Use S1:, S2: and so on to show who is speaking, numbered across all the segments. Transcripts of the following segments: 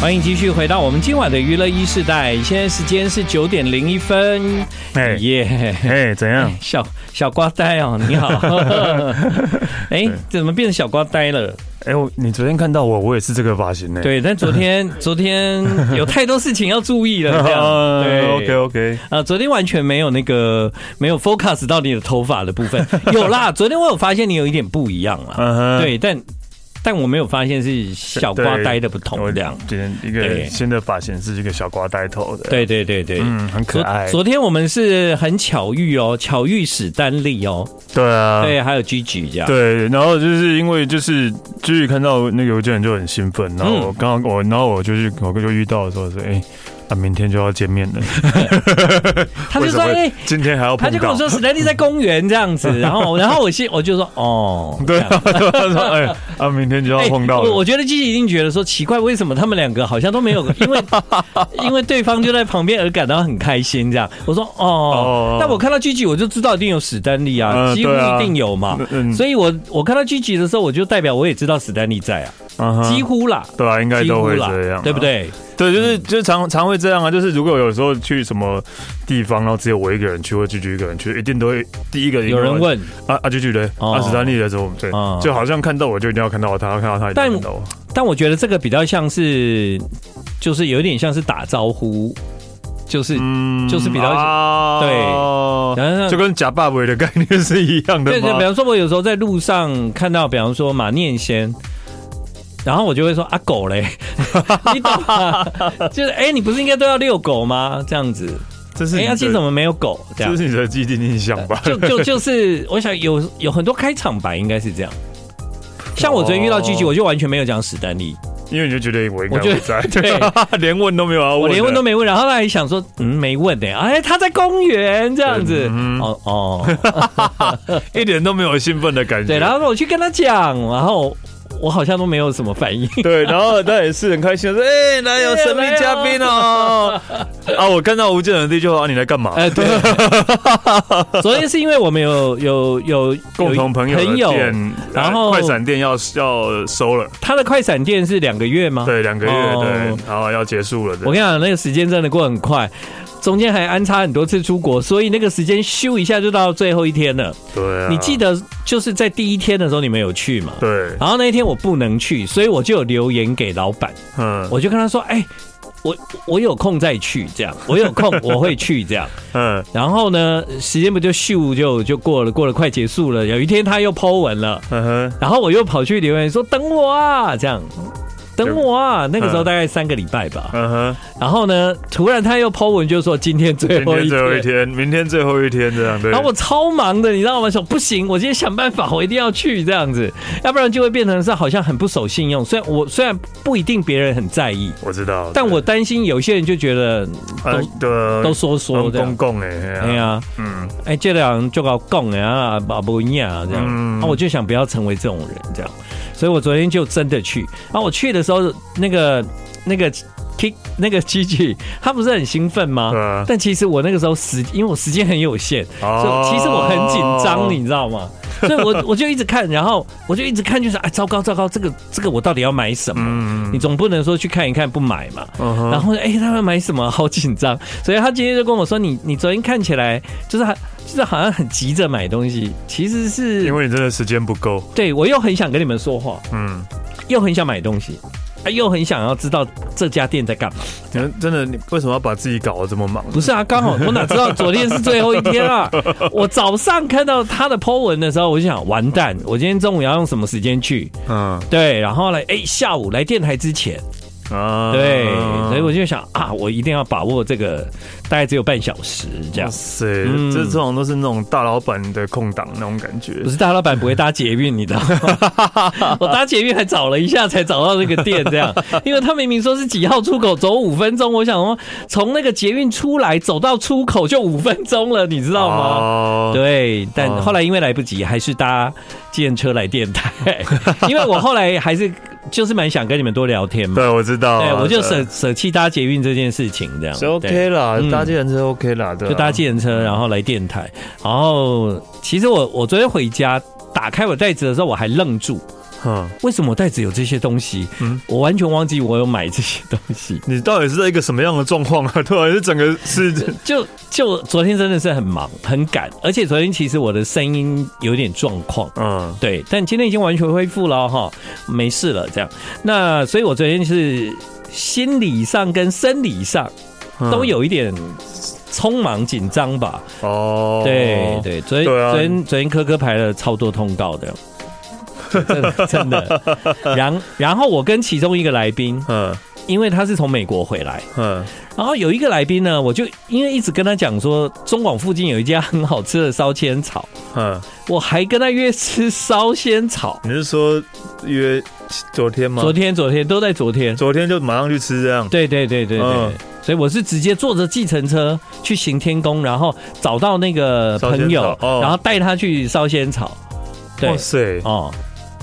S1: 欢迎继续回到我们今晚的娱乐一世代，现在时间是九点零一分，
S2: 哎
S1: 耶！
S2: 哎，怎样？
S1: 小小瓜呆哦，你 好，哎，怎么变成小瓜呆了？
S2: 哎，我你昨天看到我，我也是这个发型呢。
S1: 对，但昨天昨天有太多事情要注意了， 这样
S2: 啊
S1: 对
S2: ，OK OK，
S1: 啊，昨天完全没有那个没有 focus 到你的头发的部 分，有啦，昨天我有发现你有一点不一样啦，
S2: 嗯哼，
S1: 对，但但我没有发现是小瓜呆的不同这样
S2: 我。今天一
S1: 对
S2: 个新的发型是一个小瓜呆头的，，
S1: 对对对对，
S2: 嗯，很
S1: 昨
S2: 可爱。
S1: 昨天我们是很巧遇哦，巧遇史丹利哦，
S2: 对啊，
S1: 对，还有 Gigi 这样。
S2: 对，然后就是因为就是就是看到那个邮件人就很兴奋，
S1: 嗯
S2: 然后我刚刚我然后我就是我就遇到的时候说，哎、啊，明天就要见面了，
S1: 他就说，
S2: 为什么
S1: 哎、
S2: 今天还要碰
S1: 他
S2: 到，
S1: 就跟我说史丹利在公园这样子， 然后然后我心我就说，哦，
S2: 对
S1: 这样
S2: 啊，对啊他说，哎、啊，明天就要
S1: 哎
S2: 碰到了，
S1: 我我觉得 Gigi 一定觉得说奇怪，为什么他们两个好像都没 有，因为因为对方就在旁边而感到很开心这样。我说哦
S2: 哦，
S1: 那、我看到 Gigi 我就知道一定有史丹利啊，
S2: 嗯
S1: 几乎
S2: 对啊
S1: 一定有嘛。
S2: 嗯
S1: 所以我我看到 Gigi 的时候，我就代表我也知道史丹利在啊，
S2: 嗯哼
S1: 几乎啦，
S2: 对啊，应该
S1: 几
S2: 都
S1: 乎
S2: 会
S1: 啦
S2: 这样、，
S1: 对不？对？
S2: 对，就是就是常常会这样啊，就是如果有时候去什么地方，然后只有我一个人去，或聚聚一个人去，一定都会第一个
S1: 有人问，
S2: 啊啊聚聚嘞，
S1: 哦
S2: 啊史丹利的时候，对，
S1: 哦
S2: 就好像看到我就一定要看到他，看到他一定要
S1: 但
S2: 看到我。
S1: 但我觉得这个比较像是，就是有点像是打招呼，就是、
S2: 嗯哦
S1: 就是比较
S2: 啊
S1: 对然后
S2: 就跟假爸爸的概念是一样的
S1: 对对，
S2: 吗
S1: 比？方说，我有时候在路上看到，比方说马念先。然后我就会说啊狗 嘞，你懂吗？就是哎、你不是应该都要遛狗吗？这样子，
S2: 这是
S1: 哎，
S2: 你
S1: 阿
S2: 的
S1: 七怎么没有狗？这
S2: 这
S1: 样
S2: 是你的既定印象吧？
S1: 就就就是，我想有有很多开场白应该是这样。像我昨天遇到 G G，
S2: 哦
S1: 我就完全没有讲史丹利，
S2: 因为你就觉得我应该
S1: 我觉得
S2: 会在，
S1: 对，
S2: 连问都没有要啊问，
S1: 我连问都。没问，然后他还想说，嗯，没问呢、哎，他在公园这样子，
S2: 嗯
S1: 哦哦，
S2: 一点都没有兴奋的感觉。
S1: 对，然后我去跟他讲，然后我好像都没有什么反 应，
S2: 对，然后他也是很开心，说：“哎、来有神秘嘉宾哦！”啊，我看到吴建仁第一句话：“啊你来干嘛？”
S1: 哎， 对，昨天是因为我们有有有
S2: 共同朋友的
S1: 朋友，
S2: 店，
S1: 然后
S2: 啊快闪店要要收了，
S1: 他的快闪店是两个月吗？，
S2: 对，两个月，
S1: 哦
S2: 对，然后要结束了，对
S1: 我跟你讲，那个时间真的过很快。中间还安插很多次出国，所以那个时间咻一下就到最后一天了。
S2: 对啊，
S1: 你记得就是在第一天的时候你们有去嘛？
S2: 对，
S1: 然后那一天我不能去，所以我就有留言给老板，
S2: 嗯
S1: 我就跟他说：“哎、我我有空再去，这样 我有空我会去这样。”
S2: 嗯，
S1: 然后呢，时间不就咻就就过了，过了快结束了。有一天他又 Po 文了，
S2: 嗯哼，
S1: 然后我又跑去留言说等我啊，这样等我啊。那个时候大概三个礼拜吧。
S2: 嗯哼，
S1: 然后呢，突然他又 Po 文就说今天最
S2: 今
S1: 后
S2: 天
S1: 一
S2: 最后一
S1: 天。
S2: 天，明天最后一天这样，对。
S1: 然后我超忙的，你知道吗？说不行，我今天想办法，我一定要去这样子，要不然就会变成是好像很不守信用。虽然我虽然不一定别人很在意，
S2: 我知道，
S1: 但
S2: 对
S1: 我担心有些人就觉得
S2: 呃对
S1: 都说说
S2: 公
S1: 这样
S2: 公。共哎，
S1: 哎
S2: 嘿啊
S1: 呀，
S2: 嗯，
S1: 哎、这人就搞讲的啊，把不一样啊这样，
S2: 嗯
S1: 啊，我就想不要成为这种人这样，所以我昨天就真的去，啊，我去的时候那个那个 K 那个 G G 他不是很兴奋吗？
S2: 对啊，
S1: 但其实我那个时候时，因为我时间很有限，所
S2: 哦
S1: 以其实我很紧张，你知道 吗？所以我我就一直看，然后我就一直看，就是哎，糟糕糟糕，这个这个我到底要买什么？
S2: 嗯，
S1: 你总不能说去看一看不买嘛。
S2: 嗯哼
S1: 然后哎、他们买什么？好紧张。 所以他今天就跟我说，你你昨天看起来就是很就是好像很急着买东西，其实
S2: 嗯因
S1: 是
S2: 为你真的时间不够，
S1: 对我又很想跟你们说话，
S2: 嗯，
S1: 又很想买东西，啊，又很想要知道这家店在干嘛。
S2: 你们真的，你为什么要把自己搞得这么忙？
S1: 不是啊，刚好我哪知道昨天是最后一天啊！我早上看到他的 po 文的时候，我就想完蛋，我今天中午要用什么时间去？
S2: 嗯，
S1: 对，然后呢，哎，下午来电台之前，
S2: 啊
S1: 对，所以我就想啊，我一定要把握这个，大概只有半小时这样
S2: 哇。塞，
S1: 嗯
S2: 这这种都是那种大老板的空档那种感觉
S1: 不。是大老板不会搭捷运，你知道吗？我搭捷运还找了一下，才找到那个店，这样，因为他明明说是几号出口，走五分钟，我想说从那个捷运出来走到出口就五分钟了，你知道吗？
S2: 哦，
S1: 对，但
S2: 哦
S1: 后来因为来不及，还是搭电车来电台， 因为我后来还是就是蛮想跟你们多聊天嘛，
S2: 对，我知道啊。
S1: 对，我就
S2: 对
S1: 舍舍弃搭捷运这件事情，这样
S2: 是
S1: 对
S2: OK 啦
S1: 嗯，
S2: 搭计程车 OK 啦，对啊，
S1: 就搭计程车，然后来电台。然后其实我我昨天回家打开我袋子的时候，我还愣住，
S2: 哼。
S1: 为什么我袋子有这些东西？
S2: 嗯
S1: 我完全忘记我有买这些东西。
S2: 你到底是在一个什么样的状况啊？ 对啊，这整个是
S1: 就就昨天真的是很忙很赶，而且昨天其实我的声音有点状况。
S2: 嗯，
S1: 对，但今天已经完全恢复了哈，没事了这样。那所以，我昨天是心理上跟生理上
S2: 嗯
S1: 都有一点匆忙紧张吧。
S2: 哦。
S1: 对对，昨天
S2: 对啊
S1: 昨天昨天科科排了超多通告的，真 的真的。然然后我跟其中一个来宾，
S2: 嗯
S1: 因为他是从美国回来，
S2: 嗯
S1: 然后有一个来宾呢，我就因为一直跟他讲说，中广附近有一家很好吃的烧仙草，
S2: 嗯，
S1: 我还跟他约吃烧仙草。
S2: 你是说约昨天吗？
S1: 昨天昨天都在昨天，
S2: 昨天就马上去吃这样。
S1: 对对对对对。
S2: 嗯
S1: 所以我是直接坐着计程车去行天宫，然后找到那个
S2: 烧仙
S1: 朋友
S2: 草，哦
S1: 然后带他去烧仙草。对
S2: 哇，塞，
S1: 哦，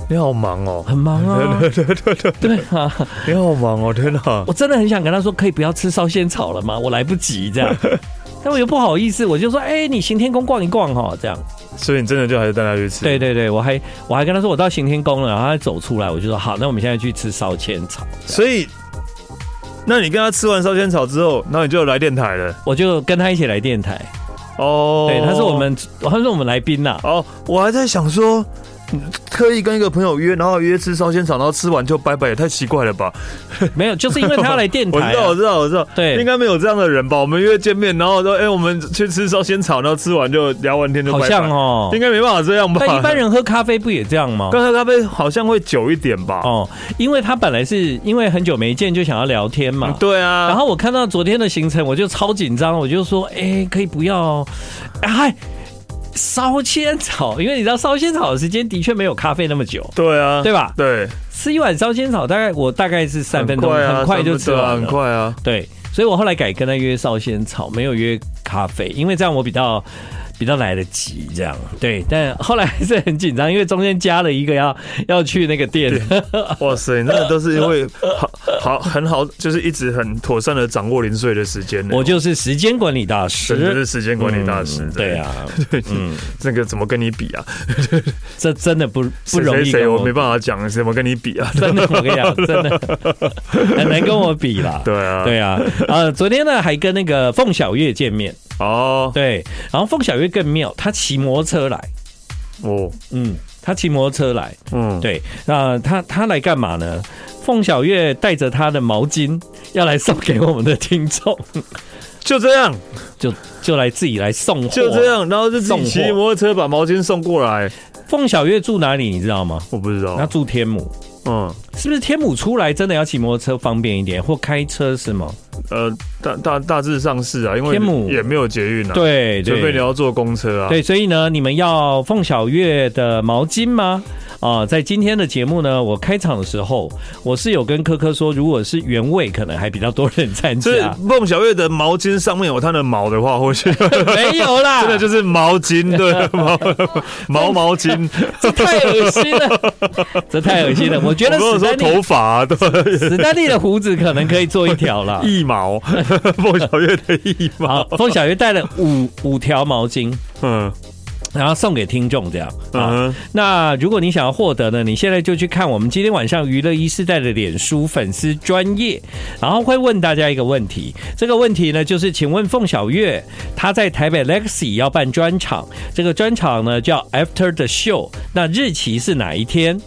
S2: 你好忙哦。
S1: 很忙 啊，对对对对啊！
S2: 你好忙 哦，天哪！
S1: 我真的很想跟他说，可以不要吃烧仙草了吗？我来不及这 样，但我又不好意思，我就说，哎、你行天宫逛一逛哈，这样。
S2: 所以你真的就还是带他去吃？
S1: 对对对，我还我还跟他说我到行天宫了，然后他走出来，我就说好，那我们现在去吃烧仙草。
S2: 所以，那你跟他吃完烧仙草之后，然后你就来电台了
S1: 我就跟他一起来电台，
S2: 哦。
S1: 对，他是我们他是我们来宾呐、
S2: 哦，我还在想说，嗯特意跟一个朋友约，然后约吃烧仙草，然后吃完就拜拜，也太奇怪了吧？
S1: 没有，就是因为他要来电
S2: 我知
S1: 台、
S2: 道，我
S1: 啊。
S2: 知道，我知道，
S1: 对
S2: 应该没有这样的人吧？我们约见面，然后说，哎、我们去吃烧仙草，然后吃完就聊完天就拜
S1: 好
S2: 拜，
S1: 像哦
S2: 应，该没办法这样吧？
S1: 但一 般人喝咖啡不也这样吗？
S2: 刚才咖啡好像会久一点吧？
S1: 哦，因为他本来是因为很久没见，就想要聊天嘛。
S2: 对啊，
S1: 然后我看到昨天的行程，我就超紧张，我就说，哎、可以不要，哎，烧仙草，因为你知道烧仙草的时间的确没有咖啡那么久，
S2: 对啊，
S1: 对吧？
S2: 对，
S1: 吃一碗烧仙草，大概我大概是三分钟，
S2: 很快啊，
S1: 很快就吃
S2: 差
S1: 完
S2: 不多啊很
S1: 了。
S2: 快啊，
S1: 对，所以我后来改跟他约烧仙草，没有约咖啡，因为这样我比较。比较来得及这样，对，但后来还是很紧张，因为中间加了一个要要去那个店，
S2: 哇塞，那个都是因为好好很好，就是一直很妥善的掌握零碎的时间呢。
S1: 我就是时间管理大师，
S2: 真的是时间管理大师，
S1: 嗯
S2: 真的
S1: 对，啊，嗯，
S2: 这个怎么跟你比啊？
S1: 这真的不不
S2: 谁
S1: 容易
S2: 谁谁
S1: 跟
S2: 我
S1: 我
S2: 没办法讲，怎么跟你比啊？
S1: 真的，我跟你讲，真的很难跟我比啦。
S2: 对啊，
S1: 对啊，呃，昨天呢还跟那个凤小月见面，
S2: 哦，
S1: 对，然后凤小月更妙，她骑摩托车来，
S2: 哦，
S1: 嗯，她骑摩托车来，
S2: 嗯，
S1: 对，那她她来干嘛呢？凤小月带着她的毛巾要来送给我们的听众，
S2: 就这样，
S1: 就就来自己来送货，
S2: 就这。样，然后就自
S1: 送货
S2: 己骑摩托车把毛巾送过来，
S1: 凤小月住哪里你知道吗？
S2: 我不知
S1: 她
S2: 道，
S1: 住天母，
S2: 嗯，
S1: 是不是天母出来真的要骑摩托车方便一点，或开车是吗？
S2: 呃，大大大致上是啊，因为
S1: 天母
S2: 也没有捷运啊，，
S1: 对
S2: 除
S1: 对，
S2: 非你要坐公车啊，
S1: 对，所以呢，你们要凤小月的毛巾吗？啊、在今天的节目呢，我开场的时候，我是有跟科科说，如果是原味，可能还比较多人参
S2: 所以
S1: 加，
S2: 孟小月的毛巾上面有她的毛的话，或许
S1: 没有 啦，
S2: 真的就是毛巾，对毛毛毛巾。
S1: 这太恶心了， 这太恶心了。我觉得
S2: 我跟
S1: 史
S2: 我说
S1: 丹利
S2: 头发啊对
S1: 史丹利的胡子可能可以做一条 啦。
S2: 一毛，孟小月的一
S1: 好
S2: 毛，，
S1: 凤小月带了五五条毛巾，
S2: 嗯
S1: 然后送给听众这样。啊、
S2: 嗯
S1: 那如果你想要获得呢，你现在就去看我们今天晚上娱乐一世代的脸书粉丝专业，然后会问大家一个问题。这个问题呢，就是请问凤小月她在台北 Lexi 要办专场，这个专场呢叫 After the Show，那日期是哪一天？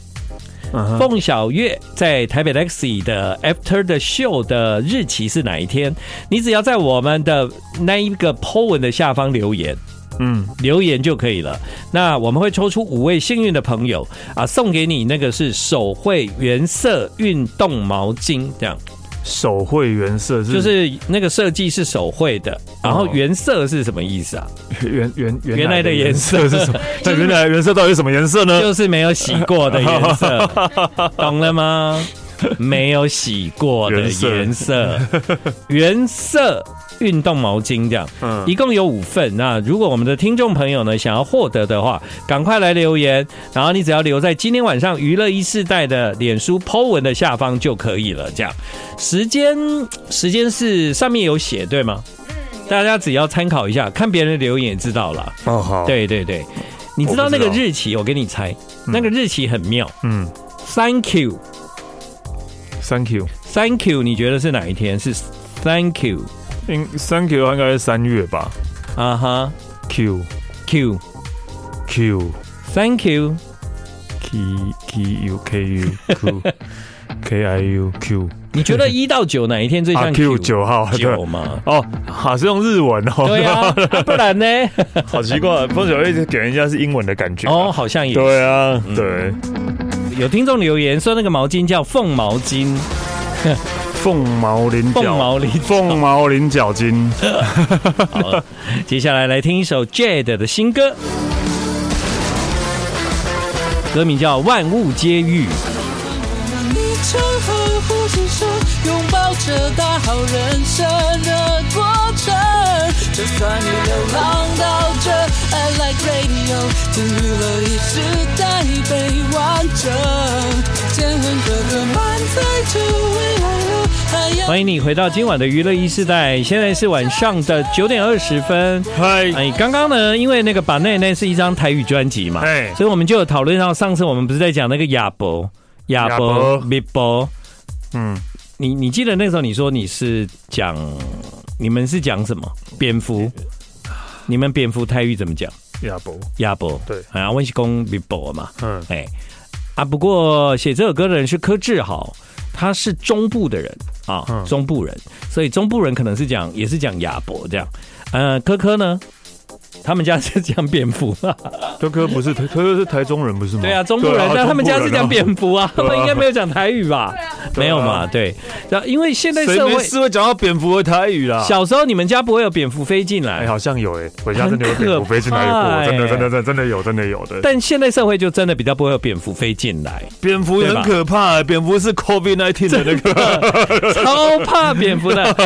S2: 嗯哼，
S1: 凤小月在台北 Lexi 的 After the Show 的日期是哪一天？你只要在我们的那一个 po 文的下方留言。
S2: 嗯，
S1: 留言就可以了。那我们会抽出五位幸运的朋友啊，送给你那个是手绘原色运动毛巾，这样
S2: 手绘原色是
S1: 就是那个设计是手绘的，然后
S2: 嗯哦
S1: 原色是什么意思啊？
S2: 原原原
S1: 原来的颜色
S2: 是什么？那原来的颜色到底是什么颜色呢？
S1: 就是没有洗过的颜 色，懂了吗？没有洗过的颜色，原色运动毛巾这样，
S2: 嗯
S1: 一共有五份。那如果我们的听众朋友呢想要获得的话，赶快来留言，然后你只要留在今天晚上娱乐一世代的脸书 Po 文的下方就可以了。这样，时间时间是上面有写对吗？大家只要参考一下，看别人的留言也知道了。
S2: 哦好，，
S1: 对对对，你知道那个日期？我给你猜，那个日期很妙。
S2: 嗯
S1: Thank you,
S2: ，Thank you，
S1: Thank you，你觉得是哪一天？是 Thank you
S2: 应 Thank you 应该是三月吧
S1: 啊哈
S2: ，Q
S1: Q
S2: Q
S1: Thank you
S2: K K U K U Q K I U Q
S1: 你觉 得一到九哪一天最
S2: 啊
S1: 像
S2: Q 九号对
S1: 九吗？
S2: 哦，好是用日文 哦，
S1: 对啊，啊不然呢？
S2: 好奇怪，风小月给人家是英文的感觉
S1: 哦，
S2: 哦。
S1: 好嗯像也是
S2: 对啊，对，
S1: 有听众留言说那个毛巾叫凤毛巾，
S2: 凤毛麟角，
S1: 凤毛麟角
S2: 凤毛麟角巾，
S1: 好了，接下来来听一首 Jade 的新歌，歌名叫《万物皆欲》。
S3: 你常和呼吸声，拥抱着大好人生的过程。就算你流浪到这，I like radio，听娱乐一时代被完整。天文哥哥满载着未来的海洋。
S1: 欢迎你回到今晚的娱乐一世代，现在是晚上的九点二十分。
S2: 嗨，
S1: 哎，刚刚呢，因为那个《把奈奈》是一张台语专辑嘛，
S2: 哎
S1: 所以我们就有讨论到上次我们不是在讲那个亚伯、亚
S2: 亚
S1: 伯
S2: 伯、
S1: 米伯，
S2: 嗯，
S1: 你你记得那时候你说你是讲你们是讲什么蝙蝠？你们蝙蝠台语怎么讲？
S2: 亚伯，
S1: 亚伯
S2: 对
S1: 啊，温习公米伯嘛，
S2: 嗯，
S1: 哎啊，不过写这首歌的人是柯志豪，他是中部的人啊，
S2: 嗯
S1: 中部人，所以中部人可能是讲也是讲亚伯这样。呃，柯柯呢，他们家是讲蝙蝠，啊
S2: 哥哥不是哥哥是台中人不是 吗？
S1: 对啊，中部人，但他们家是讲蝙蝠 啊，他
S2: 对啊
S1: 们应该没有讲台语吧？没有嘛，对，啊然后因为现在
S2: 谁
S1: 社
S2: 没
S1: 会。
S2: 事会讲到蝙蝠的台语啦？
S1: 小时候你们家不会有蝙蝠飞进
S2: 哎，
S1: 来，
S2: 好像有哎，我家真的有蝙蝠飞进来
S1: 很可怕
S2: 过，
S1: 哎
S2: 真的真的真的真的有真的有的。
S1: 但现在社会就真的比较不会有蝙蝠飞进来，
S2: 蝙蝠
S1: 对吧
S2: 很可怕欸，蝙蝠是 COVID 1 9的那个，
S1: 超怕蝙蝠的。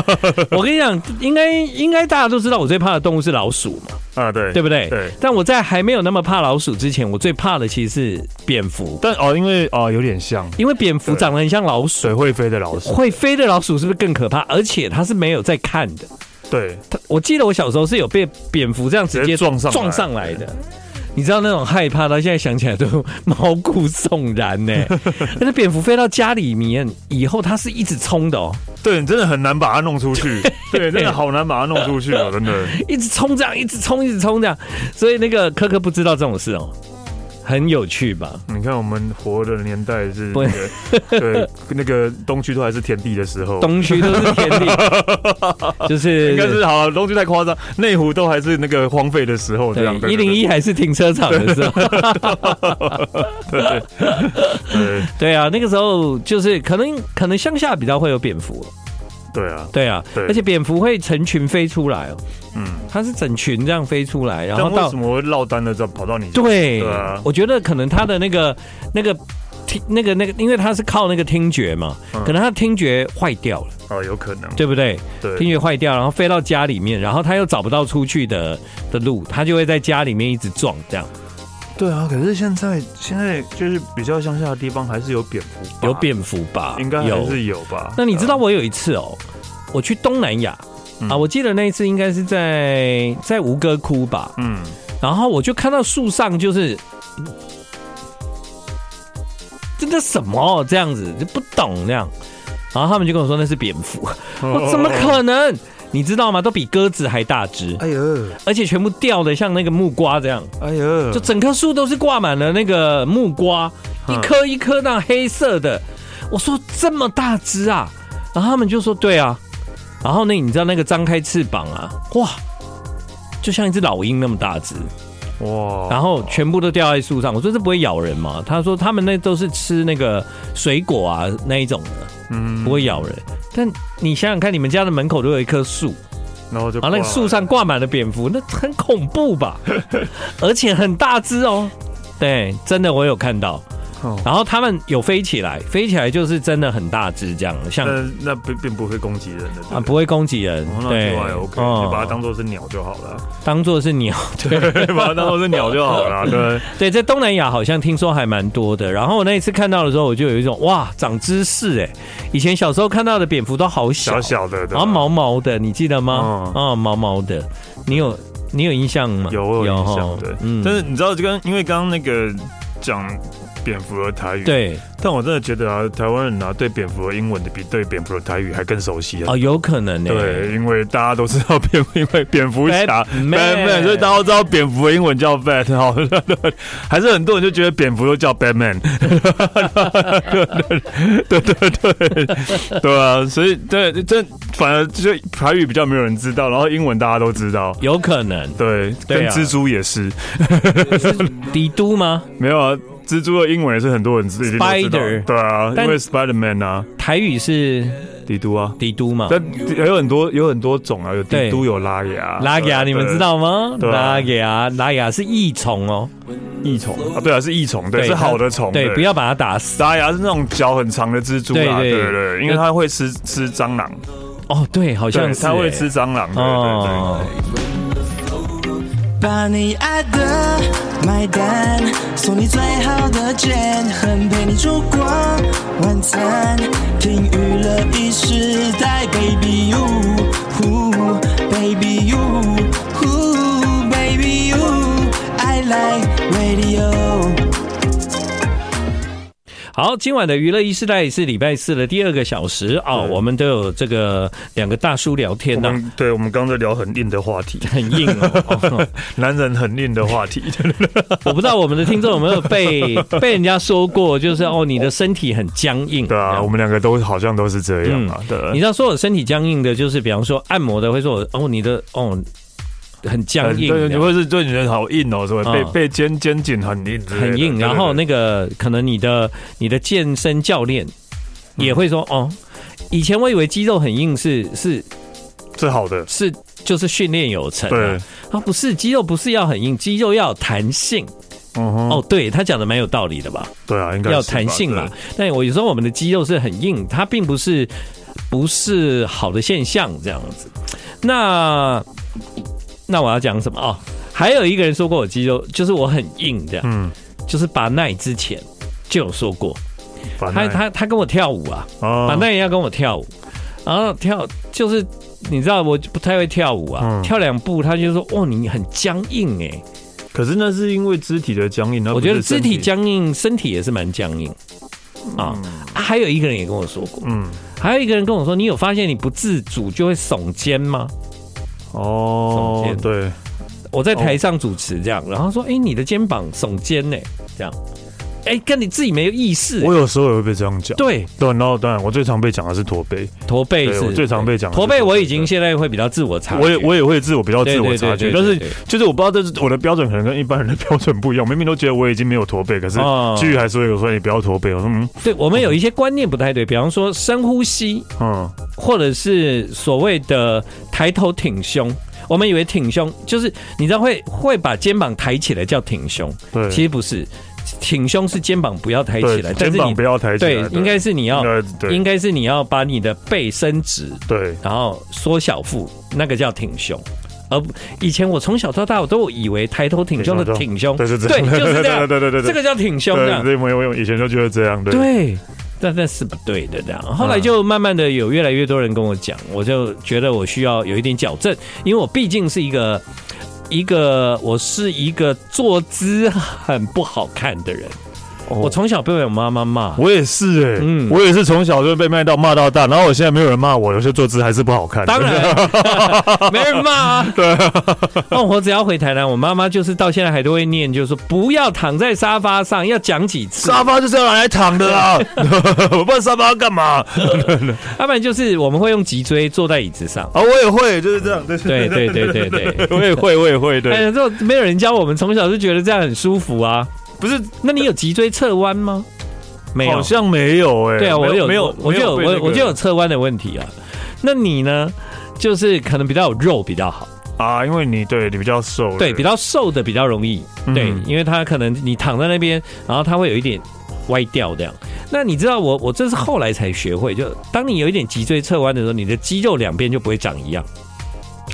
S1: 我跟你讲，应该应该大家都知道，我最怕的动物是老鼠嘛。
S2: 啊对
S1: 对不对？
S2: 对。
S1: 但我在还没有那么怕老鼠之前，我最怕的其实是蝙蝠，
S2: 但哦，因为哦有点像
S1: 因为蝙蝠长得很像老鼠。
S2: 水会飞的老鼠，
S1: 会飞的老鼠是不是更可怕？而且它是没有在看的。
S2: 对，
S1: 它，我记得我小时候是有被蝙蝠这样直接
S2: 直接撞上来
S1: 撞上来的。你知道那种害怕到现在想起来都毛骨悚然 呢、但是蝙蝠飞到家里面以后，它是一直冲的哦，
S2: 对你真的很难把它弄出去，对，真的好难把它弄出去哦，真的。
S1: 一直冲这样，一直冲，一直冲这样。所以那个科科不知道这种事哦，很有趣吧？
S2: 你看我们活的年代是那个，对，那个东区都还是田地的时候，
S1: 东区都是天 地，就是
S2: 应该是好，东区太夸张，内湖都还是那个荒废的时候这样。
S1: 对
S2: 对
S1: 一零，一还是停车场的时候，
S2: 对
S1: 对啊，那个时候就是可能可能乡下比较会有蝙蝠，
S2: 对啊，
S1: 对啊，
S2: 对
S1: 而且蝙蝠会成群飞出来哦，
S2: 嗯。
S1: 它是整群这样飞出来，然
S2: 但
S1: 后
S2: 为
S1: 到
S2: 什么会落单的，这跑到你？
S1: 对
S2: 对啊，
S1: 我觉得可能它的那个那个听那个那个，因为它是靠那个听觉嘛，
S2: 嗯
S1: 可能它听觉坏掉了，
S2: 哦，有可能，
S1: 对不对？
S2: 对
S1: 听觉坏掉，然后飞到家里面，然后它又找不到出去的的路，它就会在家里面一直撞这样。
S2: 对啊。可是现在现在就是比较乡下的地方，还是有蝙蝠吧，
S1: 有蝙蝠吧？
S2: 应该还
S1: 有。
S2: 是有吧。
S1: 那你知道我有一次哦，我去东南亚、
S2: 嗯
S1: 啊，我记得那一次应该是在在吴哥窟吧，
S2: 嗯，
S1: 然后我就看到树上就是。这个什么哦这样子就不懂这样，然后他们就跟我说那是蝙蝠， 我哦怎么可能？你知道吗？都比鸽子还大只，
S2: 哎呦，
S1: 而且全部掉的像那个木瓜这样，
S2: 哎呦，
S1: 就整棵树都是挂满了那个木瓜，一
S2: 嗯
S1: 颗一颗那黑色的。我说这么大只啊，然后他们就说对啊，然
S2: 哦
S1: 后呢，你知道那个张开翅膀啊，哇，就像一只老鹰那么大只，
S2: 哇，
S1: 然后全部都掉在树上。我说这不会咬人吗？他说他们那都是吃那个水果啊那一种的，
S2: 嗯
S1: 不会咬人。但你想想看，你们家的门口都有一棵树，
S2: 然后就
S1: 然啊后那个
S2: 挂
S1: 树上挂满了蝙蝠，那很恐怖 吧？而且很大只哦。对，真的我有看到。
S2: 哦
S1: 然后它们有飞起来，飞起来就是真的很大只，这样像
S2: 那那并并不会攻击人的对
S1: 啊
S2: 对
S1: 不会攻击人
S2: 哦，那
S1: 对
S2: 就还 OK，
S1: 哦
S2: 就把它当做是鸟就好了，
S1: 当做是鸟， 对
S2: 把它当做是鸟就 好了，对，
S1: 对，在东南亚好像听说还蛮多的。然后我那一次看到的时候，我就有一种哇，长知识哎！以前小时候看到的蝙蝠都好小，
S2: 小小的，对
S1: 然后毛毛的，你记得吗？啊、
S2: 嗯
S1: 毛毛的，你有你有印象吗？嗯
S2: 有我有印
S1: 吼
S2: 象对，但是你知道这跟因为刚刚那个讲蝙蝠的台语，，
S1: 对
S2: 但我真的觉得啊，台湾人啊对蝙蝠的英文的比对蝙蝠的台语还更熟悉啊。
S1: 哦，有可能哎。
S2: 对，因为大家都知道蝙蝠，因为蝙蝠侠
S1: Batman
S2: Batman，所以大家都知道蝙蝠的英文叫 Bat，好 了，对还是很多人就觉得蝙蝠都叫 Batman，对对对对对对啊，所以对这反而就台语比较没有人知道，然后英文大家都知道，
S1: 有可能
S2: 对，
S1: 对
S2: 跟
S1: 啊
S2: 蜘蛛也是，
S1: 是帝都吗？
S2: 没有啊，蜘蛛的英文也是很多人自己都知道
S1: Spider
S2: 对啊，
S1: 但
S2: 因为 Spider Man 啊，
S1: 台语是
S2: 帝都啊，
S1: 帝都嘛？
S2: 但也有很多有很多种啊，有帝都
S1: 对
S2: 有拉雅，啊
S1: 拉雅，
S2: 对
S1: 你们知道吗？
S2: 对啊
S1: 拉雅，拉雅是益虫哦，
S2: 益虫啊？对啊，是益虫，对，是好的虫，
S1: 对，不要把它打死。
S2: 拉雅是那种脚很长的蜘蛛啦，
S1: 对
S2: 对
S1: 对
S2: 对对，因为它会吃吃蟑螂，
S1: 哦，对，好像
S2: 对，
S1: 是
S2: 它会
S1: 欸
S2: 吃蟑螂，对对对。
S1: 哦，
S3: 把你爱的买单，送你最好的卷，很陪你烛光晚餐，听娱乐一时代，Baby You，呼，Baby You，呼，Baby You，I like radio。
S1: 好，今晚的娱乐一时代是礼拜四的第二个小时哦，我们都有这个两个大叔聊天
S2: 我
S1: 呢、
S2: 们对我们刚才聊很硬的话题，
S1: 很硬 哦，哦
S2: 男人很硬的话 题，啊
S1: 我不知道我们的听众有没有被被人家说过，就是哦，你的身体很僵硬。
S2: 对啊，我们两个都好像都是这样啊，对
S1: 嗯 你知道说我身体僵硬的，就是比方说按摩的会说我哦你的哦很僵硬，
S2: 对，你会是对女人好硬哦，是吧？被
S1: 嗯
S2: 被肩肩颈很硬之类的，
S1: 很硬。
S2: 对
S1: 然后
S2: 对
S1: 那个可能你的你的健身教练也会
S2: 嗯
S1: 说、哦，以前我以为肌肉很硬是是
S2: 对是好的，
S1: 是就是训练有成、
S2: 对
S1: 啊，，啊不是肌肉不是要很硬，肌肉要有弹性。
S2: 嗯哼，
S1: 哦，对他讲的蛮有道理的吧？
S2: 对啊，应该
S1: 要
S2: 是吧
S1: 弹性嘛。。但我有时候我们的肌肉是很硬，它并不是不是好的现象这样子。那那我要讲什么哦？还有一个人说过我肌肉就是我很硬这样，
S2: 嗯，
S1: 就是把奈之前就有说过，
S2: 把
S1: 他他他跟我跳舞啊，把
S2: 啊
S1: 奈也要跟我跳舞，然后跳就是你知道我不太会跳舞啊，
S2: 嗯
S1: 跳两步他就说哦你很僵硬哎、
S2: 可是那是因为肢体的僵硬，那不
S1: 我
S2: 是
S1: 觉得肢
S2: 身
S1: 体，僵硬，身体也是蛮僵硬啊啊还有一个人也跟我说过，
S2: 嗯，
S1: 还有一个人跟我说，你有发现你不自主就会耸肩吗？耸
S2: 哦
S1: 肩，
S2: 对，
S1: 我在台上主持这样，然后说，哎、你的肩膀耸肩呢、这样，哎、跟你自己没有意识、
S2: 我有时候也会被这样讲。
S1: 对，
S2: 对，然后当然，我最常被讲的是驼背，
S1: 驼背
S2: 对
S1: 是
S2: 我最常被讲的是
S1: 驼背，我已经
S2: 驼
S1: 现在会比较自我察觉，
S2: 我也我也会自我比较自我察
S1: 对对对
S2: 觉，
S1: 对
S2: 但是
S1: 对对
S2: 就是我不知道，这是我的标准可能跟一般人的标准不一样。我明明都觉得我已经没有驼背，可是
S1: 哦
S2: 居宇还说有说你不要驼背，我说嗯
S1: 对我们有一些观念不太对，比方说深呼吸，
S2: 嗯，
S1: 或者是所谓的抬头挺胸。我们以为挺胸就是你知道会会把肩膀抬起来叫挺胸，
S2: 对，
S1: 其实不是，挺胸是肩膀不要抬起来，
S2: 对，
S1: 但
S2: 肩
S1: 是
S2: 膀
S1: 你
S2: 不要抬起
S1: 对
S2: 来，，
S1: 应该是你要
S2: 应该
S1: 应
S2: 对
S1: 该是你要把你的背伸直，
S2: 对，
S1: 然后缩小腹，那个叫挺胸。而不以前我从小到大我都以为抬头挺胸的挺胸，
S2: 对是这
S1: 对，
S2: 样，
S1: 就是这样，
S2: 对对对对，
S1: 这个叫挺胸
S2: 对
S1: 的，
S2: 对，我我以前就觉得这样，对嗯
S1: 对。但那是不对的，这样。后来就慢慢的有越来越多人跟我讲，我就觉得我需要有一点矫正，因为我毕竟是一个一个我是一个坐姿很不好看的人。我从小被我妈妈骂，
S2: 哦我也是哎、
S1: 嗯
S2: 我也是从小就被卖到骂到大，然后我现在没有人骂我，有些坐姿还是不好看。
S1: 当 然没人骂啊。对，那我只要回台南，我妈妈就是到现在还都会念，就是说不要躺在沙发上，要讲几次。
S2: 沙发就是要拿来躺的
S1: 啊
S2: 啦， 我不知道沙发要干嘛。啊
S1: 要不然就是我们会用脊椎坐在椅子上。
S2: 啊，我也会，就是这样，对
S1: 对对对对对，
S2: 我也会，我也会，
S1: 哎
S2: 对，
S1: 呀，这种没有人教我们，从小就觉得这样很舒服啊。
S2: 不是，
S1: 那你有脊椎侧弯吗？没有
S2: 好，像没有哎、
S1: 对啊，我有，
S2: 没有，
S1: 我就有
S2: 没被
S1: 我我
S2: 那个
S1: 就有侧弯的问题啊。那你呢？就是可能比较有肉比较好，
S2: 啊，因为你对你比较瘦，
S1: 对，比较瘦的比较容易，对，
S2: 嗯
S1: 因为它可能你躺在那边，然后它会有一点歪掉这样。那你知道我我这是后来才学会，就当你有一点脊椎侧弯的时候，你的肌肉两边就不会长一样。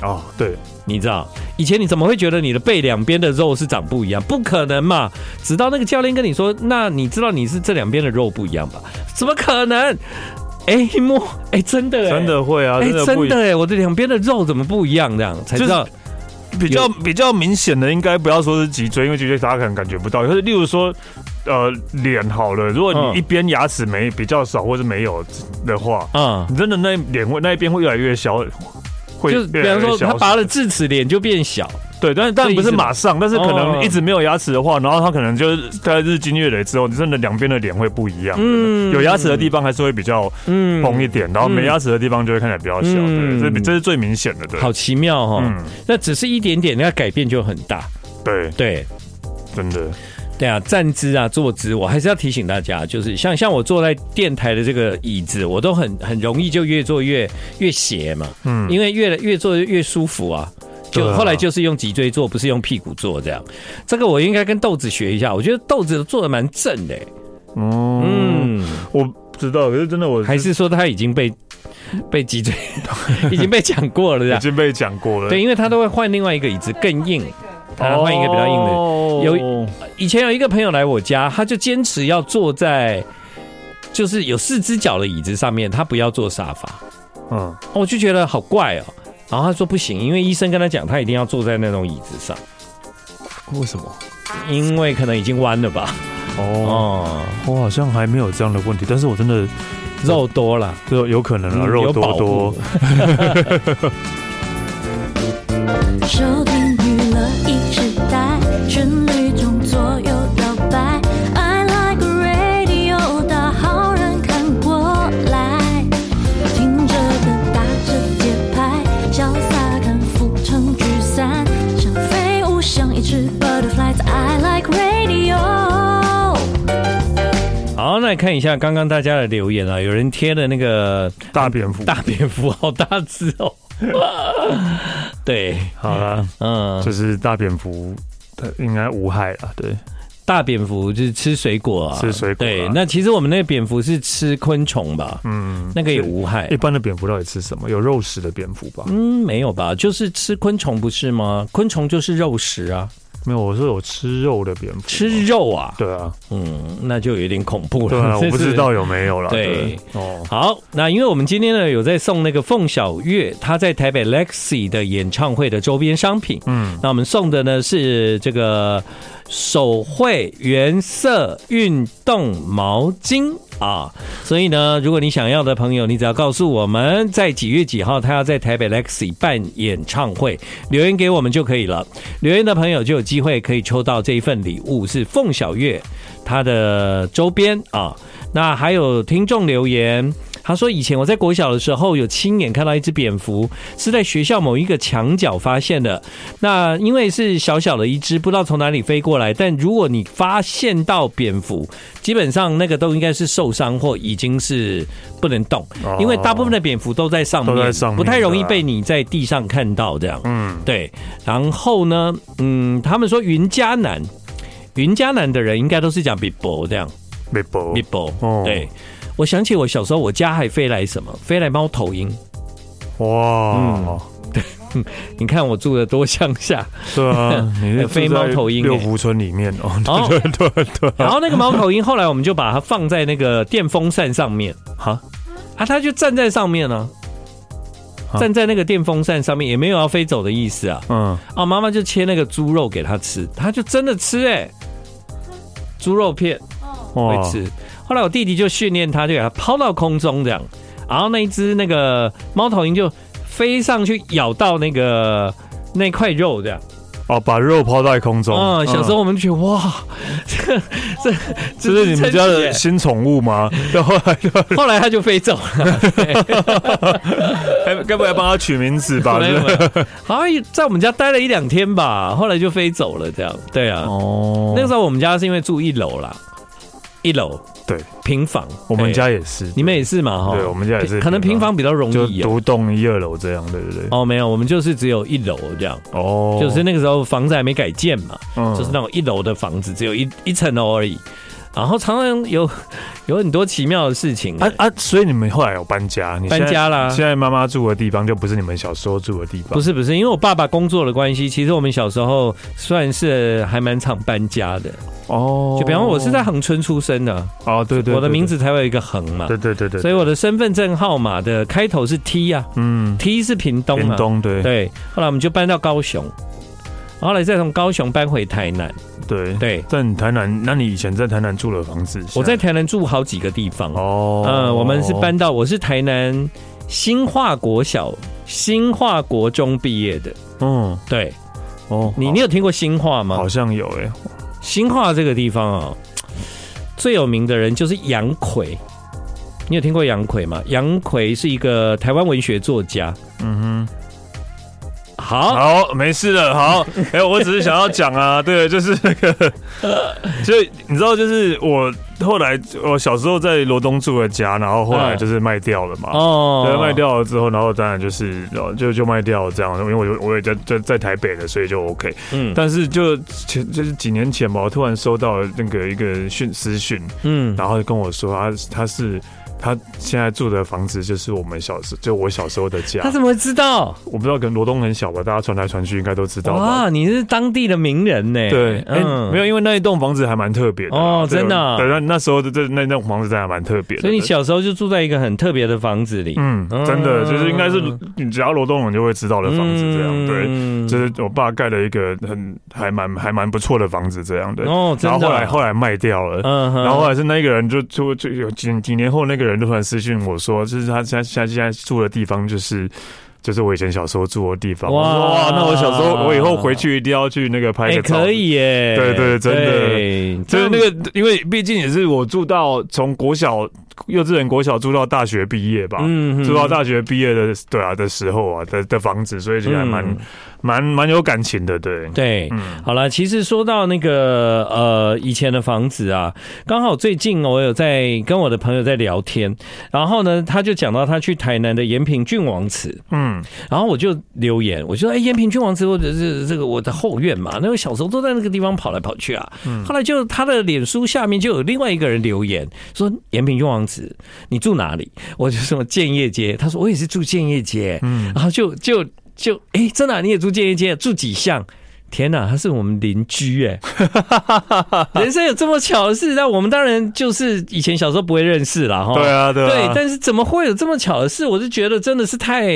S2: 哦，对，
S1: 你知道，以前你怎么会觉得你的背两边的肉是长不一样？不可能嘛！直到那个教练跟你说，那你知道你是这两边的肉不一样吧？怎么可能？哎、一摸，哎、真的、哎
S2: 真，的会啊，
S1: 哎、
S2: 真的
S1: 真
S2: 不一
S1: 的、哎，我的两边的肉怎么不一样？这样才知道，
S2: 比较比较明显的，应该不要说是脊椎，因为脊椎大家可能感觉不到。可是例如说，呃，脸好了，如果
S1: 嗯
S2: 你一边牙齿没比较少或是没有的话，
S1: 啊、
S2: 你真的那脸会那一边会越来越小，会
S1: 就是比
S2: 越来
S1: 方
S2: 越
S1: 说
S2: 小
S1: 他拔了智齿，脸就变小。
S2: 对，但但
S1: 这
S2: 不
S1: 意
S2: 是
S1: 思吗
S2: 马上，但是可
S1: 哦
S2: 能一直没有牙齿的话，然后他可能就是在日积月累之后，你真的两边的脸会不一样。
S1: 嗯
S2: 有牙齿的地方还是会比较
S1: 嗯
S2: 蓬一点，然后没牙齿的地方就会看起来比较小。
S1: 嗯
S2: 对，这比这是最明显的，对。
S1: 好奇妙哈、
S2: 嗯，
S1: 那只是一点点，那改变就很大。
S2: 对，
S1: 对，
S2: 真的，
S1: 对啊，站姿啊，坐姿，我还是要提醒大家，就是像像我坐在电台的这个椅子，我都很很容易就越坐越越斜嘛，
S2: 嗯，
S1: 因为越越坐越舒服啊。就
S2: 对啊
S1: 后来就是用脊椎坐，不是用屁股坐这样。这个我应该跟豆子学一下，我觉得豆子坐的蛮正的、
S2: 嗯，
S1: 嗯，
S2: 我不知道，可是真的我
S1: 还是说他已经被被脊 椎已经被讲过了这
S2: 已
S1: 样。
S2: 经被讲过了，
S1: 啊对，因为他都会换另外一个椅子更硬，他换一个比较硬的。
S2: 的
S1: 有以前有一个朋友来我家，他就坚持要坐在就是有四只脚的椅子上面，他不要坐沙发。
S2: 嗯，
S1: 我就觉得好怪哦。然后他说不行，因为医生跟他讲，他一定要坐在那种椅子上，
S2: 为什么？
S1: 因为可能已经弯了吧。
S2: 哦，
S1: 哦，
S2: 我好像还没有这样的问题，但是我真的
S1: 肉多了。
S2: 就有可能啊，
S1: 嗯
S2: 肉
S1: 有保
S2: 多多
S1: 护。
S4: 收听娱乐一时代，旋律中左右摇摆。I like radio，大好人看过来，听着歌打着节拍，潇洒看浮城聚散，像飞舞，像一只 butterfly。I like radio。
S1: 好，那来看一下刚刚大家的留言啊，有人贴的那个
S2: 大蝙蝠，
S1: 大蝙蝠，好大只哦。 对，
S2: 好啦，
S1: 嗯，
S2: 就是大蝙蝠，它应该无害啦，对，
S1: 大蝙蝠就是吃水果啊，
S2: 吃水果啊
S1: 对，那其实我们那个蝙蝠是吃昆虫吧？
S2: 嗯，
S1: 那个也无害
S2: 一。般的蝙蝠到底吃什么？有肉食的蝙蝠吧？
S1: 嗯，没有吧？就是吃昆虫不是吗？昆虫就是肉食啊，
S2: 没有，我说有吃肉的蝙蝠。
S1: 吃肉啊。
S2: 对啊，
S1: 嗯，那就有点恐怖了。
S2: 对啊，
S1: 这 是
S2: 我不知。道有没有啦。
S1: 对
S2: 哦，
S1: 好，那因为我们今天呢有在送那个凤小岳他在台北 Lexi 的演唱会的周边商品，
S2: 嗯，
S1: 那我们送的呢是这个手绘原色运动毛巾啊，所以呢，如果你想要的朋友，你只要告诉我们在几月几号他要在台北 Lexi 办演唱会，留言给我们就可以了。留言的朋友就有机会可以抽到这一份礼物，是凤小月她的周边啊。那还有听众留言。他说：“以前我在国小的时候，有亲眼看到一只蝙蝠，是在学校某一个墙角发现的。那因为是小小的一只，不知道从哪里飞过来。但如果你发现到蝙蝠，基本上那个都应该是受伤或已经是不能动，
S2: 哦
S1: 因为大部分的蝙蝠都在上面，
S2: 都在上面
S1: 不太容易
S2: 对啊
S1: 被你在地上看到这样。
S2: 嗯，
S1: 对，然后呢，嗯，他们说云嘉南，云嘉南的人应该都是讲 b i b o 这样
S2: 没博
S1: b i b o
S2: 哦
S1: 对。我想起我小时候，我家还飞来什么？飞来猫头鹰。
S2: 哇，
S1: 你看我住的多乡下，
S2: 对啊，你是
S1: 飞
S2: 住在
S1: 猫头鹰欸
S2: 六福村里面哦，
S1: 哦
S2: 对对对对，
S1: 然后那个猫头鹰后来我们就把它放在那个电风扇上面，
S2: 哈，
S1: 啊，它就站在上面呢、
S2: 啊
S1: 站在那个电风扇上面，也没有要飞走的意思啊。
S2: 嗯，
S1: 啊，妈妈就切那个猪肉给它吃，它就真的吃哎、猪肉片。
S2: 哇
S1: 会吃。后来我弟弟就训练它，就给它抛到空中这样，然后那一只那个猫头鹰就飞上去咬到那个那块肉这样。
S2: 哦，把肉抛在空中。
S1: 嗯，小时候我们就觉得哇，这这
S2: 这是你们家
S1: 真
S2: 的
S1: 耶
S2: 新宠物 吗？然后还
S1: 后来它就飞走了。
S2: 还该不会帮它取名字 吧？
S1: 没有没有，好像在我们家待了一两天吧，后来就飞走了。这样，对啊，
S2: 哦，
S1: 那个时候我们家是因为住一楼啦，一楼
S2: 对，
S1: 平房，
S2: 我们
S1: 对
S2: 家也是，
S1: 你们也是嘛哈？
S2: 对我们家也是
S1: 可能哦平
S2: 平
S1: 房
S2: 房
S1: 比较容
S2: 就
S1: 易、啊。
S2: 独栋一二楼这样，对不对？
S1: 哦，没有，我们就是只有一楼这样，
S2: 哦，
S1: 就是那个时候房子还没改建嘛，
S2: 嗯
S1: 就是那种一楼的房子，只有一一层楼而已。然后常常有 有很多奇妙的事情、
S2: 啊啊，所以你们后来有搬家，你现在
S1: 搬家啦
S2: 现在妈妈住的地方就不是你们小时候住的地方，
S1: 不
S2: 是
S1: 是不是，因为我爸爸工作的关系，其实我们小时候算是还蛮常搬家的。
S2: 哦
S1: 就比方说我是在恒春出生的，
S2: 哦，对对，
S1: 我的
S2: 对
S1: 名，字才会有一个恒嘛，
S2: 对对对对，
S1: 所以我的身份证号码的开头是 T 啊
S2: 嗯，
S1: ，T 是屏东嘛
S2: 屏，东对对
S1: 对。后来我们就搬到高雄，后来再从高雄搬回台南。
S2: 对
S1: 对，
S2: 但你台南，那你以前在台南住的房子？
S1: 我在
S2: 现
S1: 台南住好几个地方。
S2: 啊哦，
S1: 嗯，我们是搬到我是台南新化国小、新化国中毕业的。
S2: 嗯
S1: 对
S2: 哦，
S1: 你，
S2: 好
S1: 你有听过新化吗
S2: 好？像有哎，
S1: 新化这个地方啊、最有名的人就是杨奎。你有听过杨奎吗？杨奎是一个台湾文学作家。
S2: 嗯哼，
S1: 好，
S2: 好，没事了， 好，哎，我只是想要讲啊，对，就是那个，就你知道，就是我后来我小时候在罗东住的家，然后后来
S1: 嗯
S2: 就是卖掉了嘛，
S1: 哦
S2: 对，卖。掉了之后，然后当然就是，然后就就卖掉了这样，因为我就我也在在在台北的，所以就 OK。
S1: 嗯
S2: 但是就前就是几年前吧，我突然收到那个一个讯私讯，
S1: 嗯，
S2: 然后跟我说他他是他现在住的房子就是我们小时就我小时候的家
S1: 他，怎么会知道？
S2: 我不知道可能罗东很小吧，大家传来传去应该都知道吧。
S1: 哇，你是当地的名人呢。嗯
S2: 对，哎、没有，因为那一栋房子还蛮特别的啦
S1: 哦
S2: 对
S1: 真的啊
S2: 对，那那时候的这那那栋房子真的还蛮特别的。
S1: 所以你小时哦候就住在一个很特别的房子里。
S2: 嗯，真的就是应该是你只要罗东人就会知道的房子这样，对。
S1: 嗯
S2: 就是我爸盖了一个很还蛮还蛮不错的房子这样的，
S1: 哦真的
S2: 然后后来后来卖掉了，
S1: 嗯哼
S2: 然后后来是那个人就就就有几几年后那个人就突然私信我说，就是他现在现在现在住的地方就是。就是我以前小时候住的地方。
S1: 哇
S2: 哇哇，那我小时候，我以后回去一定要去那个拍
S1: 哎、
S2: 个照。
S1: 可。以耶，
S2: 对对真的
S1: 对
S2: 就是那个，因为毕竟也是我住到从国小、幼稚园、国小住到大学毕业吧。
S1: 嗯
S2: 住到大学毕业的，对啊的时候啊的的房子，所以就还蛮
S1: 嗯
S2: 蛮蛮有感情的，对。
S1: 对，
S2: 嗯
S1: 好了，其实说到那个呃以前的房子啊，刚好最近我有在跟我的朋友在聊天，然后呢，他就讲到他去台南的延平郡王祠，
S2: 嗯，
S1: 然后我就留言，我就说哎，延平郡王祠或者是这个我的后院嘛，那我小时候都在那个地方跑来跑去啊。
S2: 嗯
S1: 后来就他的脸书下面就有另外一个人留言说延平郡王祠你住哪里？我就说建业街，他说我也是住建业街，嗯，然后就就就哎、真的啊、你也住建业街，住几巷？天呐，他是我们邻居 哎、人生有这么巧的事，那我们当然就是以前小时候不会认识啦哈。
S2: 对啊，对
S1: 对，
S2: 啊，
S1: 但是怎么会有这么巧的事？我是觉得真的是太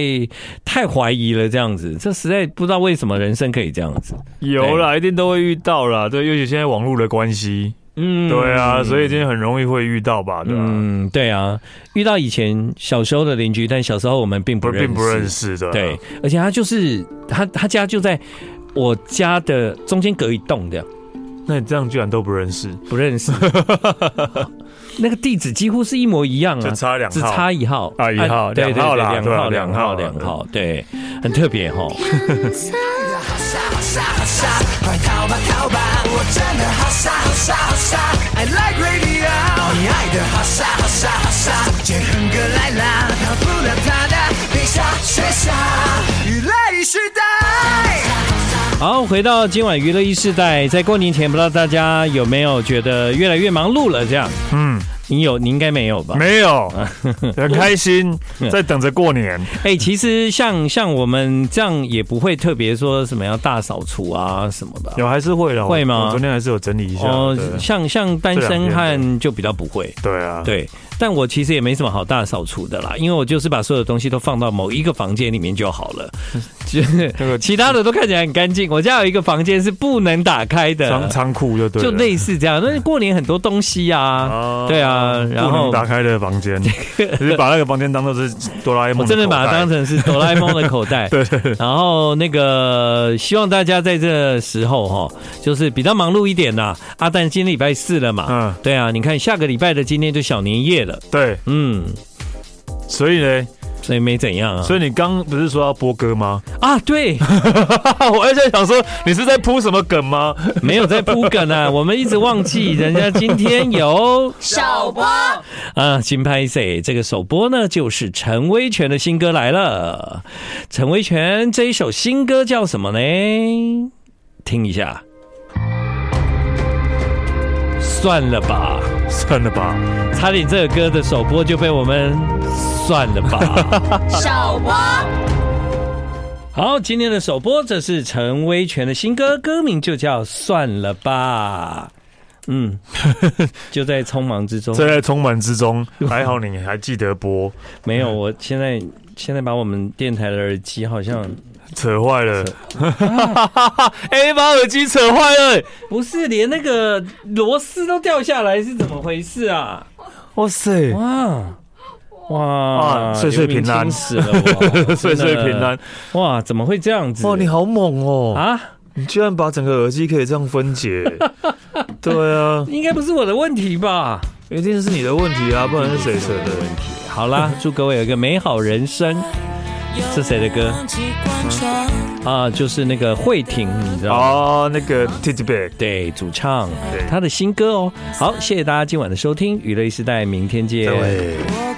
S1: 太怀疑了，这样子，这实在不知道为什么人生可以这样子。
S2: 有啦，一定都会遇到啦，对，尤其现在网络的关系，
S1: 嗯
S2: 对啊，所以今天很容易会遇到吧，对啊，
S1: 嗯，对啊，遇到以前小时候的邻居，但小时候我们并不
S2: 不
S1: 认识，
S2: 并不认识啊的，
S1: 对，而且他就是他他家就在我家的中间隔一栋这样，
S2: 那你这样居然都不认识，
S1: 不认 识，那个地址几乎是一模一样
S2: 就
S1: 啊，
S2: 差两
S1: 只
S2: 号
S1: 差一号
S2: 啊一号
S1: 对对
S2: 两号啦啊
S1: 对
S2: 对
S1: 两号两号
S2: 啊两号
S1: 两号，对，很特别哦哈。
S3: 好傻好傻好傻，快逃吧逃吧，我真的好傻好傻好傻，I like radio，你爱的好傻好傻好傻，杰亨哥来啦，逃不了他的微笑学傻，娱乐时代。
S1: 好，回到今晚娱乐一世代，在过年前，不知道大家有没有觉得越来越忙碌了？这样，
S2: 嗯，
S1: 你有，你应该没有吧？
S2: 没有，很开 心，在等着过年，
S1: 哎、其实像像我们这样，也不会特别说什么要大扫除啊什么的啊。
S2: 有还是会啦，我
S1: 会吗哦
S2: 我昨天还是有整理一下，对
S1: 像像单
S2: 这两
S1: 身
S2: 天
S1: 汉就比较不会。
S2: 对啊，
S1: 对，但我其 实也没什么好大扫除的啦，因为我就是把所有东西都放到某一个房间里面就好了。就是
S2: 那个
S1: 其他的都看起来很干净。我家有一个房间是不能打开
S2: 仓
S1: 的，
S2: 仓库就对了，
S1: 就类似这样。那过年很多东西啊，
S2: 哦
S1: 对啊，然
S2: 不能
S1: 后
S2: 打开的房 间，就是把那个房间当做是哆啦 A
S1: 我
S2: 梦，
S1: 真的把它当。成是哆啦 A 梦的口袋。
S2: 对对对
S1: 然后那个，希望大家在这时候哈、就是比较忙碌一点啦。阿蛋今天礼拜四了嘛，
S2: 嗯
S1: 对啊，你看下个礼拜的今天就小年夜了，
S2: 对，
S1: 嗯，
S2: 所以呢，
S1: 所以没怎样啊。
S2: 所以你刚不是说要播歌 吗？
S1: 啊，对，
S2: 我还在想说，你是在铺什么梗吗？
S1: 没有在铺梗啊， 我们一直忘记人家今天有
S3: 小波。
S1: 啊，新拍 C 这个首播呢，就是陈威权的新歌来了。陈威权这一首新歌叫什么呢？听一下。算了吧，
S2: 算了吧，
S1: 差点这个歌的首播就被我们算了吧。
S3: 小波，
S1: 好，今天的首播这是陈威权的新歌，歌名就叫《算了吧》。嗯，就在匆忙之中，
S2: 这哦在充满之中，还好你还记得播，
S1: 没有。我现在现在把我们电台的耳机好像
S2: 扯坏了，
S1: 哎、把耳机扯坏了！不是，连那个螺丝都掉下来，是怎么回事啊？
S2: 哇塞，
S1: 哇哇
S2: 啊，岁岁平安
S1: 流民清死了 我，
S2: 岁岁
S1: 真的
S2: 平安！
S1: 哇，怎么会这样子？
S2: 哇，你好猛哦！
S1: 啊，
S2: 你居然把整个耳机可以这样分 解，对啊，
S1: 应该不是我的问题吧？
S2: 一定是你的问题啊，不然是谁扯的？
S1: 好啦，祝各位有一个美好人生
S4: 是谁的歌？
S1: 啊！就是那个慧婷，你知道吗？
S2: 啊，那个 Titty Bag，
S1: 对，主唱
S2: 对
S1: 她的新歌哦。好，谢谢大家今晚的收听，娱乐一时代，明天见。
S2: 对。
S4: 我